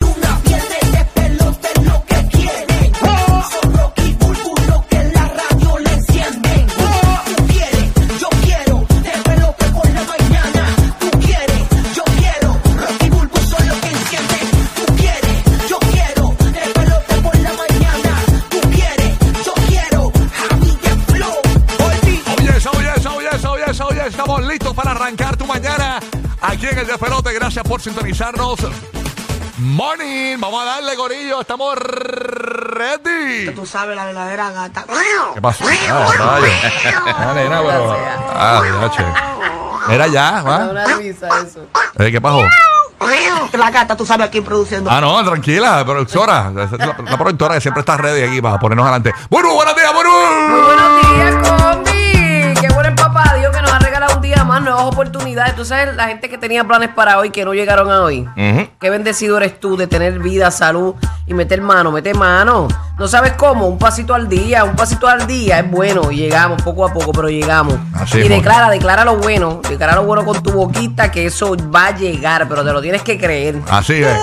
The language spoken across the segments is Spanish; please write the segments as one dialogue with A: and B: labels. A: Una piedra y despelote es lo que quiere. Son Rocky Bulbul lo que la radio le encienden. Tú quieres, yo quiero, despelote por la mañana. Tú quieres, yo quiero, Rocky Bulbul son los que encienden. Tú quieres, yo quiero, despelote por la mañana. Tú quieres, yo quiero, Javi de Flow.
B: Oye, eso, oye, eso, oye, eso, oye, eso, oye, estamos listos para arrancar tu mañana aquí en el despelote. Gracias por sintonizarnos. Morning, vamos a darle gorillo, estamos ready.
C: Tú sabes, la verdadera gata.
B: ¿Qué pasó? Ah, rayo. Ah, nena, pero- Ah, diache. Mira ya, va.
D: Una risa eso.
B: Eh, ¿Qué pasó?
C: La gata, tú sabes, aquí produciendo.
B: Ah, no, tranquila, productora. La, la productora que siempre está ready aquí para ponernos adelante. Bueno, buenos días, bueno.
D: Buenos días, Combi. Qué buen papá Dios que nos ha regalado un día más, nuevas oportunidades. Tú sabes, la gente que tenía planes para hoy que no llegaron a hoy. Qué bendecido eres tú de tener vida, salud y meter mano, mete mano. No sabes cómo, un pasito al día, un pasito al día es bueno. y Llegamos poco a poco, pero llegamos.
B: Así
D: y
B: es,
D: declara, declara lo bueno, declara lo bueno con tu boquita que eso va a llegar, pero te lo tienes que creer.
B: Así es.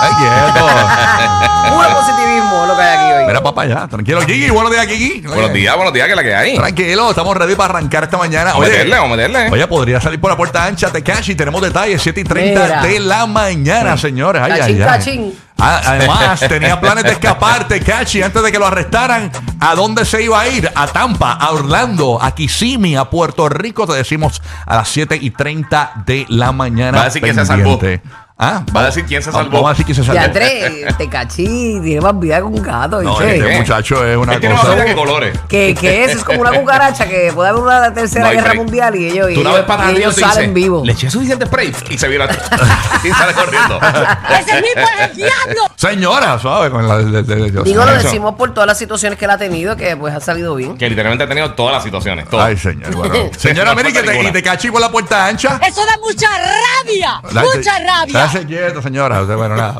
B: Ay, quieto.
D: Puro positivismo lo que hay aquí hoy.
B: Mira, papá, ya. Tranquilo, Gigi. Buenos días, Gigi.
E: Buenos días, buenos días, que la que hay.
B: Tranquilo, estamos ready para arrancar esta mañana.
E: Vamos a meterle, vamos a meterle.
B: Oye, podría salir por la puerta ancha, te y tenemos detalles, 7 y 30
D: Mira.
B: de la mañana, señores. Ay,
D: Cachín,
B: ay, ay.
D: cachín.
B: Ah, además, tenía planes de escapar, Tecachi, antes de que lo arrestaran. ¿A dónde se iba a ir? A Tampa, a Orlando, a Kissimmee, a Puerto Rico. Te decimos a las 7 y 30 de la mañana.
E: Va a decir que se salvó.
B: pendiente. ¿Ah?
E: Va a decir quién se salvó.
B: Vamos a decir quién se salvó.
D: Ya tres, te cachí, tiene más vida que un gato.
B: No,
D: ¿viste?
B: este muchacho es una
E: Él tiene más
B: cosa.
E: vida que colores.
D: que, que es, es como una cucaracha que puede haber una tercera
E: No hay
D: guerra
E: break.
D: mundial y ellos,
E: Tú la ves
D: ellos,
E: para
D: y
E: arriba
D: ellos
E: y tú dices,
D: salen vivos.
E: Le eché suficiente spray y se vira y sale corriendo.
A: ¡Ese mismo es el diablo!
B: Señora, suave con la. de- de- de- de-
D: Digo, lo
E: Eso.
D: decimos por todas las situaciones que él ha tenido, que pues ha salido bien.
E: que literalmente ha tenido todas las situaciones. Todas.
B: Ay, señor. bueno. Señora,
E: No
B: mire que
E: falta
B: te, y
E: ninguna.
B: te cachí por la puerta ancha.
A: ¡Eso da mucha rabia! ¡Mucha rabia!
B: Gracias, quieto, señora. O sea, Bueno, nada.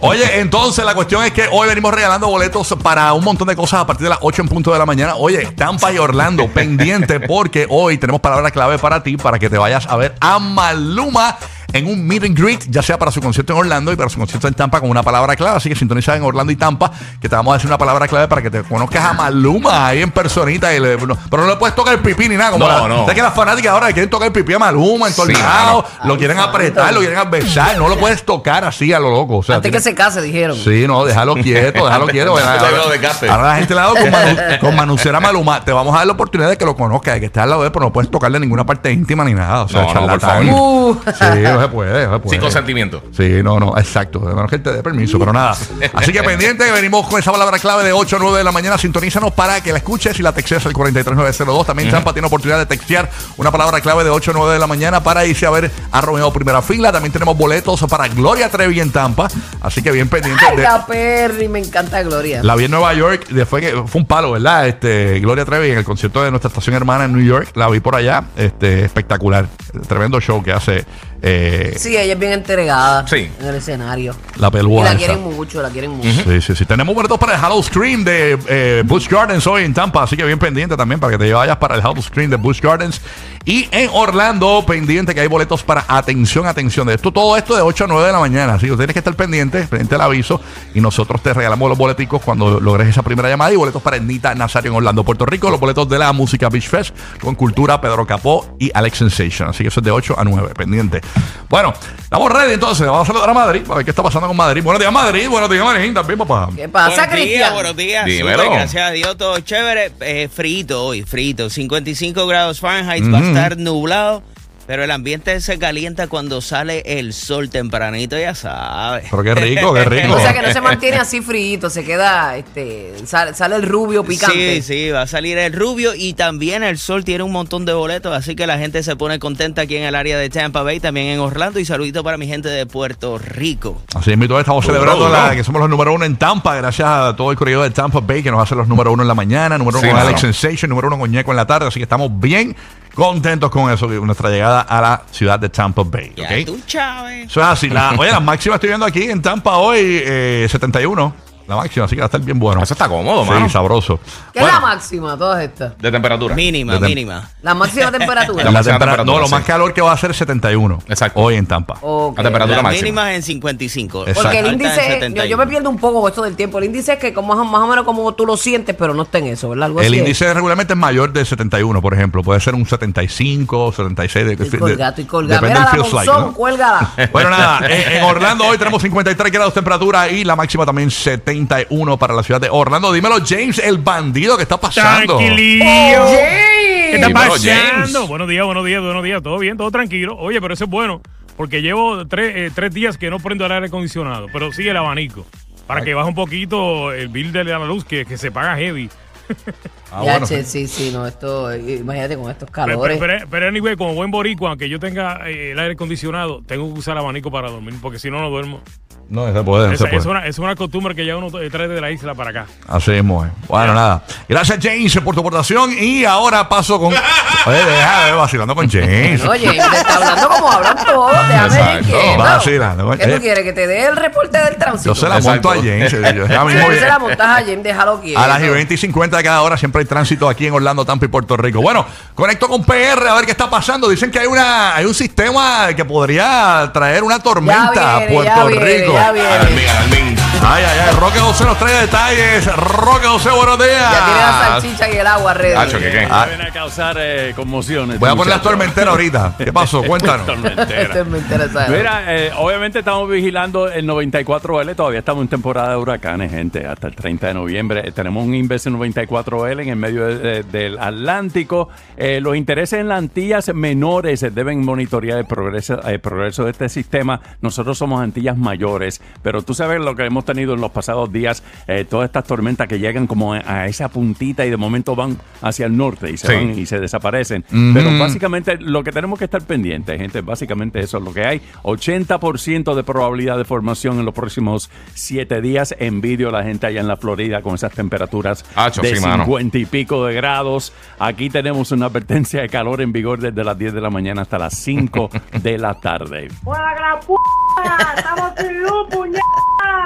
B: Oye, entonces la cuestión es que hoy venimos regalando boletos para un montón de cosas a partir de las 8 en punto de la mañana. Oye, Tampa y Orlando, pendiente, porque hoy tenemos palabras clave para ti, para que te vayas a ver a Maluma en un meet and greet, ya sea para su concierto en Orlando y para su concierto en Tampa con una palabra clave. Así que sintoniza en Orlando y Tampa, que te vamos a decir una palabra clave para que te conozcas a Maluma ahí en personita. y le- no- pero no le puedes tocar el pipí ni nada. Como
E: No,
B: la-
E: no.
B: Es que las fanáticas ahora le quieren tocar el pipí a Maluma en todos
E: Sí,
B: lados,
D: mano.
B: lo quieren
D: Ay,
B: apretar,
D: santo.
B: lo quieren besar, no lo puedes tocar así a lo loco. O sea,
D: Antes que se
B: tiene-
D: case, dijeron.
B: Sí, no, déjalo quieto, déjalo quieto.
E: No te
B: Ahora-
E: veo de casa.
B: Ahora la gente le ha dado con, Manu, con Manucera Maluma. Te vamos a dar la oportunidad de que lo conozcas, de que estés al lado de él, pero no puedes tocarle ninguna parte íntima ni nada. O sea,
E: No, no, por
B: charlatán.
E: favor.
D: Uh,
B: Sí, no se puede, no se puede.
E: Sin consentimiento.
B: Sí, no, no, exacto. A menos que te dé permiso, pero nada. Así que pendiente, que venimos con esa palabra clave de 8 a 9 de la mañana. Sintonízanos para que la escuches y la textees al 43902. También Tampa tiene oportunidad de textear una palabra clave de 8 a 9 de la mañana para irse a ver a Romeo Primera Fila. También tenemos boletos para Gloria Trevi en Tampa. Así que bien pendiente.
D: ay,
B: de-
D: la Perry, me encanta Gloria.
B: la vi en Nueva York, después que fue un palo, ¿verdad? Este, Gloria Trevi en el concierto de nuestra estación hermana en New York, la vi por allá, este, espectacular, tremendo show que hace eh,
D: Sí, ella es bien entregada
E: Sí.
D: en el escenario.
B: la
D: Y
B: peluana.
D: la
B: esa.
D: quieren mucho, la quieren mucho.
B: Sí, sí, sí. Tenemos boletos para el Halloween Scream de eh, Busch Gardens hoy en Tampa, así que bien pendiente también para que te vayas para el Halloween Scream de Busch Gardens. Y en Orlando, pendiente que hay boletos para atención, atención. De esto, todo esto de 8 a 9 de la mañana. Así que tienes que estar pendiente, pendiente al aviso. Y nosotros te regalamos los boleticos cuando logres esa primera llamada. Y boletos para Nita Nazario en Orlando, Puerto Rico. Los boletos de la Música Beach Fest con Cultura, Pedro Capó y Alex Sensation. Así que eso es de 8 a 9, pendiente. Bueno, estamos ready entonces. Vamos a saludar a Madrid para ver qué está pasando con Madrid. Buenos días, Madrid. Buenos días, Madrid. También, papá.
D: ¿Qué pasa,
F: buenos días,
D: Cristian?
F: buenos días.
E: Dímelo.
F: Súper, gracias a Dios, todo chévere. Eh, frito hoy, frito. 55 grados Fahrenheit, va a estar nublado. Pero el ambiente se calienta cuando sale el sol tempranito, ya sabes.
B: Pero qué rico, qué rico.
D: O sea que no se mantiene así frito, se queda, este, sale, sale el rubio picante.
F: Sí, sí, va a salir el rubio y también el sol tiene un montón de boletos, así que la gente se pone contenta aquí en el área de Tampa Bay, también en Orlando y saludito para mi gente de Puerto Rico.
B: Así es, mi todo estamos
E: Duro,
B: celebrando la-
E: duro.
B: que somos los número uno en Tampa, gracias a todo el corredor de Tampa Bay que nos hace los número uno en la mañana, número uno
E: Sí,
B: con
E: mano.
B: Alex Sensation, número uno con Ñeco en la tarde, así que estamos bien contentos con eso, que nuestra llegada a la ciudad de Tampa Bay.
F: Ya
B: ¿ok?
F: tú sabes.
B: Eso es así. La, oye, la máxima estoy viendo aquí en Tampa hoy, eh, 71, la máxima, así que va a estar bien bueno.
E: Eso está cómodo, mano.
B: Sí, sabroso.
D: ¿Qué es la máxima, todas estas?
E: De temperatura.
F: Mínima,
B: Yo te-
F: mínima.
D: La máxima
B: La
D: temperatura.
E: máxima
B: tempera-
E: temperatura,
B: no, lo
E: sí.
B: más calor que va a ser 71
E: Exacto.
B: hoy en Tampa.
D: Ok.
E: La temperatura
F: Las
E: máxima.
F: mínimas en 55.
B: Porque
D: Porque el
F: Altas en
D: índice, yo,
F: 71.
D: yo me pierdo un poco con esto del tiempo. El índice es que como, más o menos como tú lo sientes, pero no está en eso, ¿verdad? Algo
B: El
D: así es.
B: índice regularmente es mayor de 71, por ejemplo. Puede ser un 75, 76. De,
D: Estoy colgado, estoy colgado.
B: Depende
D: Mira la
B: del feels like,
D: monzón,
B: ¿no?
D: cuélgala.
B: Bueno, nada, en, en Orlando hoy tenemos 53 grados de temperatura y la máxima también 71 para la ciudad de Orlando. Dímelo, James, el bandido que está pasando. Oh,
G: Tranquilillo. ¿Qué está
E: Dímelo,
G: pasando?
E: James.
G: Buenos días, buenos días, buenos días. Todo bien, todo tranquilo. Oye, pero eso es bueno, porque llevo tres, eh, tres días que no prendo el aire acondicionado, pero sí el abanico. Para que baje un poquito el bill de la luz, que, que se paga heavy.
B: Ah,
D: ya,
B: bueno.
D: che, sí, sí, no, esto, eh, imagínate con estos
G: Pero,
D: calores.
G: pero, pero, pero anyway, como buen boricua, aunque yo tenga eh, el aire acondicionado, tengo que usar abanico para dormir, porque si no, no duermo.
B: No, se puede, no
G: Esa-
B: se puede.
G: es, una, es una costumbre que ya uno eh, trae de la isla para acá.
B: Así mismo es. eh. Bueno, nada. Gracias, James, por tu aportación. Y ahora paso con. Oye, deja de vacilando con James.
D: Oye, te está hablando como hablan todos, déjame
E: Exacto.
D: quieto.
B: Vacilando.
D: ¿Qué
B: Eh,
D: tú quieres? ¿Que te dé el reporte del tránsito?
B: Yo se la monto
E: Exacto.
B: a James. yo- yo- ya
D: Sí,
B: mismo
D: tú se
B: viene.
D: la montas a Jim, déjalo quieto.
B: A las 20 y 50 de cada hora siempre hay tránsito aquí en Orlando, Tampa y Puerto Rico. Bueno, conecto con PR a ver qué está pasando. Dicen que hay una hay un sistema que podría traer una tormenta
D: Ya
B: a
D: viene,
B: Puerto
D: ya viene,
B: Rico.
D: ya viene.
E: Alarmín, alarmín.
B: Ay, ay, ay. Roque José nos trae detalles. Roque José, buenos días.
D: Ya tiene la salchicha y el agua ready.
E: Hacho, ¿qué, qué?
B: Ah,
H: Viene a causar eh, conmociones.
B: voy a poner la
H: muchacho.
B: tormentera ahorita. ¿Qué pasó? Cuéntanos.
H: Tormentera.
D: Esto me interesa.
H: Mira, eh, obviamente estamos vigilando el 94L, todavía estamos en temporada de huracanes, gente, hasta el 30 de noviembre. Eh, Tenemos un imbécil 94L en el medio de- de- del Atlántico. Eh, los intereses en las Antillas menores eh, deben monitorear el progreso, el progreso de este sistema. Nosotros somos Antillas mayores, pero tú sabes lo que hemos tenido en los pasados días, eh, todas estas tormentas que llegan como a- a esa puntita y de momento van hacia el norte y se
B: Sí.
H: van y se desaparecen. Pero básicamente lo que tenemos que estar pendientes, gente, básicamente eso es lo que hay. 80% de probabilidad de formación en los próximos 7 días. Envidio a la gente allá en la Florida con esas temperaturas
E: Acho,
H: de
E: sí, mano.
H: 50 y pico de grados. Aquí tenemos una advertencia de calor en vigor desde las 10 de la mañana hasta las 5 de la tarde.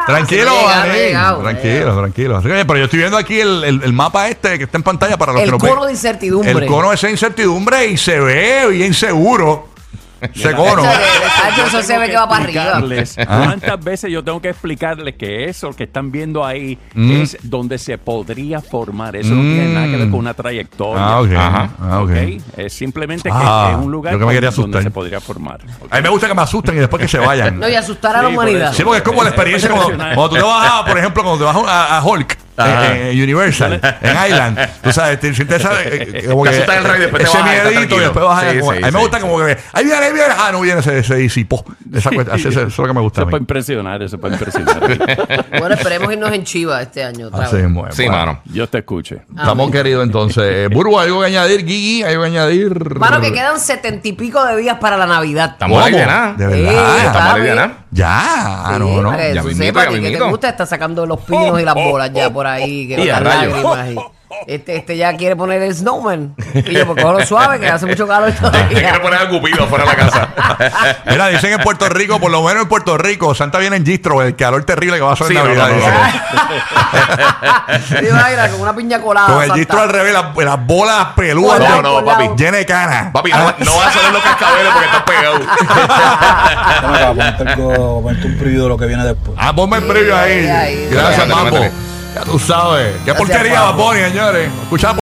B: Tranquilo,
D: Se llega,
B: Darín.
D: regao,
B: Tranquilo, tranquilo. Así que, Pero yo estoy viendo aquí el, el- el mapa este que está en pantalla para los que
D: El
B: no
D: cono de incertidumbre.
B: El cono de esa incertidumbre y se ve bien seguro. Ese cono.
D: Eso de- Hacho, eso
H: Yo
D: se
H: tengo
D: ve que va para arriba.
H: explicarles
E: Ah.
H: ¿Cuántas veces yo tengo que explicarles que eso que están viendo ahí
E: Mm.
H: es donde se podría formar? Eso no tiene nada que ver con una trayectoria.
B: Ah, ok.
E: Ajá.
B: Ah, ok.
H: ¿ok? Es simplemente que
B: Ah,
H: es un lugar
B: yo que me quería asustar.
H: donde se podría formar. ¿ok?
B: A mí me gusta que me asusten y después que se vayan.
D: No, y asustar a la
H: Sí, por
D: humanidad.
H: eso.
B: Sí, porque es como la experiencia como, cuando tú te vas, a, por ejemplo, cuando te vas a, a Hulk
E: Ajá.
B: eh, en Universal, en Island, tú sabes, te sientes esa, eh, como
E: Te asustas el rey, después te
B: ese
E: bajas, estás
B: miedito y
E: tranquilo.
B: después vas a,
E: Sí,
B: como-
E: sí,
B: a mí me
E: sí,
B: gusta
E: sí.
B: como que ahí viene, ahí viene, ah no viene ese, ese disipó, esa cuenta, así, eso, eso es lo que me gusta a
H: Eso
B: mí.
H: para impresionar, eso para impresionar.
D: Bueno, esperemos irnos en Chiva este año. otra
B: Así
D: vez.
B: mismo es,
E: Sí,
B: bueno.
E: mano.
H: Yo te escuché.
B: Estamos queridos entonces. Eh, Buru, algo que añadir, Gigi, algo que añadir.
D: Mano, que quedan setenta y pico de días para la Navidad.
E: Estamos ahí
B: ¿Cómo?
E: de nada.
B: De
D: Sí,
B: verdad.
D: está
E: Estamos ahí
D: bien.
E: de nada.
B: Ya,
D: Sí,
B: ah, no, no.
D: para que
E: Ya
D: tú
E: mismito,
D: sepas
E: ya
D: que, que te
E: mismito.
D: gusta está sacando los pinos y las bolas ya por ahí, que
E: Y a
D: las
E: rayos.
D: lágrimas. y- este, este ya quiere poner el snowman. Y yo, pues lo suave, que hace mucho calor
E: Quiero
D: todavía.
E: poner al cupido fuera de la casa.
B: Mira, dicen en Puerto Rico, por lo menos en Puerto Rico, Santa viene en Gistro, el calor terrible que va a ser
E: Sí,
B: en
E: no,
B: Navidad.
E: no, no,
B: dice.
E: no.
D: Sí, va, mira, con una piña colada.
B: Con el
D: Ah, Santa.
B: distro al revés, la- las bolas peludas
D: Por lado,
E: No,
B: llenas
E: no,
D: por lado.
E: papi.
B: de canas. Ah,
E: Papi, no, no vas a salir los cascabeles porque estás pegado.
I: Dame acá, ponte, algo, ponte un preview de lo que viene después.
B: Ah, ponme el previo
D: Sí, ahí,
B: ahí.
D: ahí.
B: Gracias,
E: Métele,
B: Mambo.
E: métele.
B: Ya tú sabes. Qué porquería,
D: Mambo.
B: Baboni, señores. Escuchaba